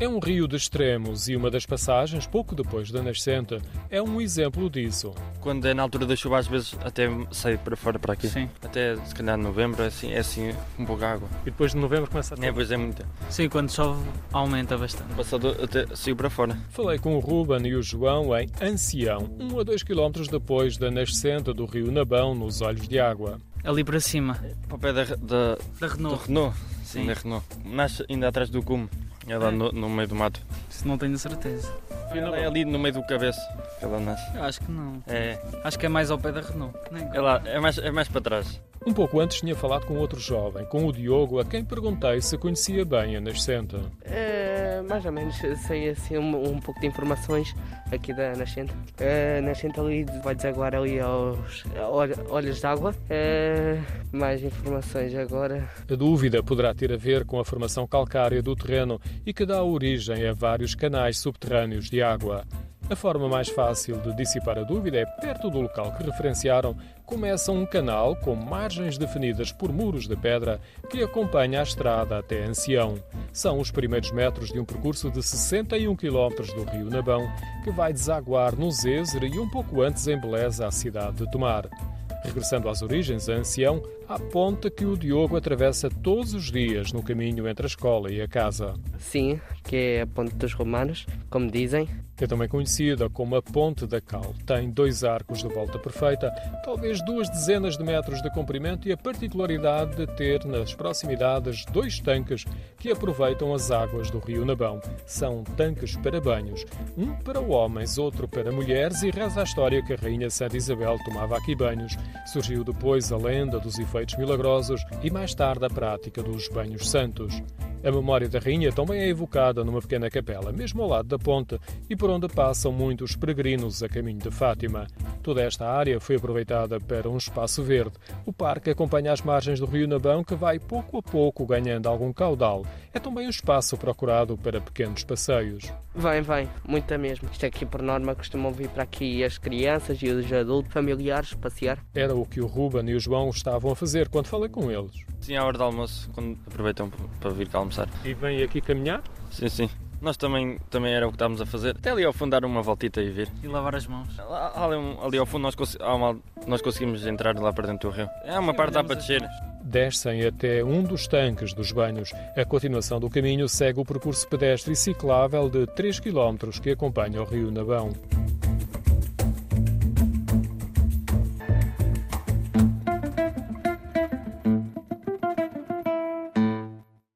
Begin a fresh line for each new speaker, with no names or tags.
É um rio de extremos e uma das passagens, pouco depois da nascente, é um exemplo disso.
Quando é na altura da chuva, às vezes até saio para fora, para aqui.
Sim.
Até se calhar novembro, é assim, é assim um pouco água.
E depois de novembro começa a ter.
É, pois é muita.
Sim, quando chove aumenta bastante.
Passado até saio para fora.
Falei com o Ruben e o João em Ancião, 1 a 2 km depois da nascente do rio Nabão, nos Olhos de Água.
Ali para cima,
Para o pé da, da,
da
do
Renault,
Renault.
Oh. Sim.
Da Renault. Nasce ainda atrás do cume. É lá
É.
no, no meio do mato.
se não tenho certeza.
Ela é ali no meio do cabeço que ela nasce.
Eu acho que não.
É,
Acho que é mais ao pé da Renault. Nem-
é lá, é mais, é mais para trás.
Um pouco antes tinha falado com outro jovem, com o Diogo, a quem perguntei se conhecia bem a nascente.
É, mais ou menos, sei assim um, um pouco de informações aqui da Nascente. É, nascente ali vai desaguar ali aos olh- olhos d'água. É, mais informações agora.
A dúvida poderá ter a ver com a formação calcária do terreno e que dá origem a vários canais subterrâneos de água. A forma mais fácil de dissipar a dúvida é perto do local que referenciaram, começa um canal com margens definidas por muros de pedra que acompanha a estrada até Ancião. São os primeiros metros de um percurso de 61 km do rio Nabão, que vai desaguar no Zézere e um pouco antes em Beleza, a cidade de Tomar. Regressando às origens, a Ancião aponta que o Diogo atravessa todos os dias no caminho entre a escola e a casa.
Sim, que é a ponte dos romanos, como dizem.
É também conhecida como a Ponte da Cal. Tem dois arcos de volta perfeita, talvez duas dezenas de metros de comprimento e a particularidade de ter nas proximidades dois tanques que aproveitam as águas do rio Nabão. São tanques para banhos, um para homens, outro para mulheres e reza a história que a rainha Santa Isabel tomava aqui banhos. Surgiu depois a lenda dos efeitos milagrosos e mais tarde a prática dos banhos santos. A memória da rainha também é evocada numa pequena capela, mesmo ao lado da ponte, e por onde passam muitos peregrinos a caminho de Fátima. Toda esta área foi aproveitada para um espaço verde. O parque acompanha as margens do rio Nabão, que vai pouco a pouco ganhando algum caudal. É também um espaço procurado para pequenos passeios.
Vem, vem, muita mesmo. Isto aqui por norma costumam vir para aqui as crianças e os adultos familiares passear.
Era o que o Ruben e o João estavam a fazer quando falei com eles.
Sim, à hora do almoço, quando aproveitam p- para vir cá almoçar.
E vêm aqui caminhar?
Sim, sim. Nós também, também era o que estávamos a fazer. Até ali ao fundo dar uma voltita e vir.
E lavar as mãos.
Lá- Ali, um, ali ao fundo nós, conse- há uma- nós conseguimos entrar lá para dentro do rio. É uma parte dá para
Olhamos as
descer.
mãos.
Descem até um dos tanques dos banhos. A continuação do caminho segue o percurso pedestre e ciclável de 3 km que acompanha o rio Nabão.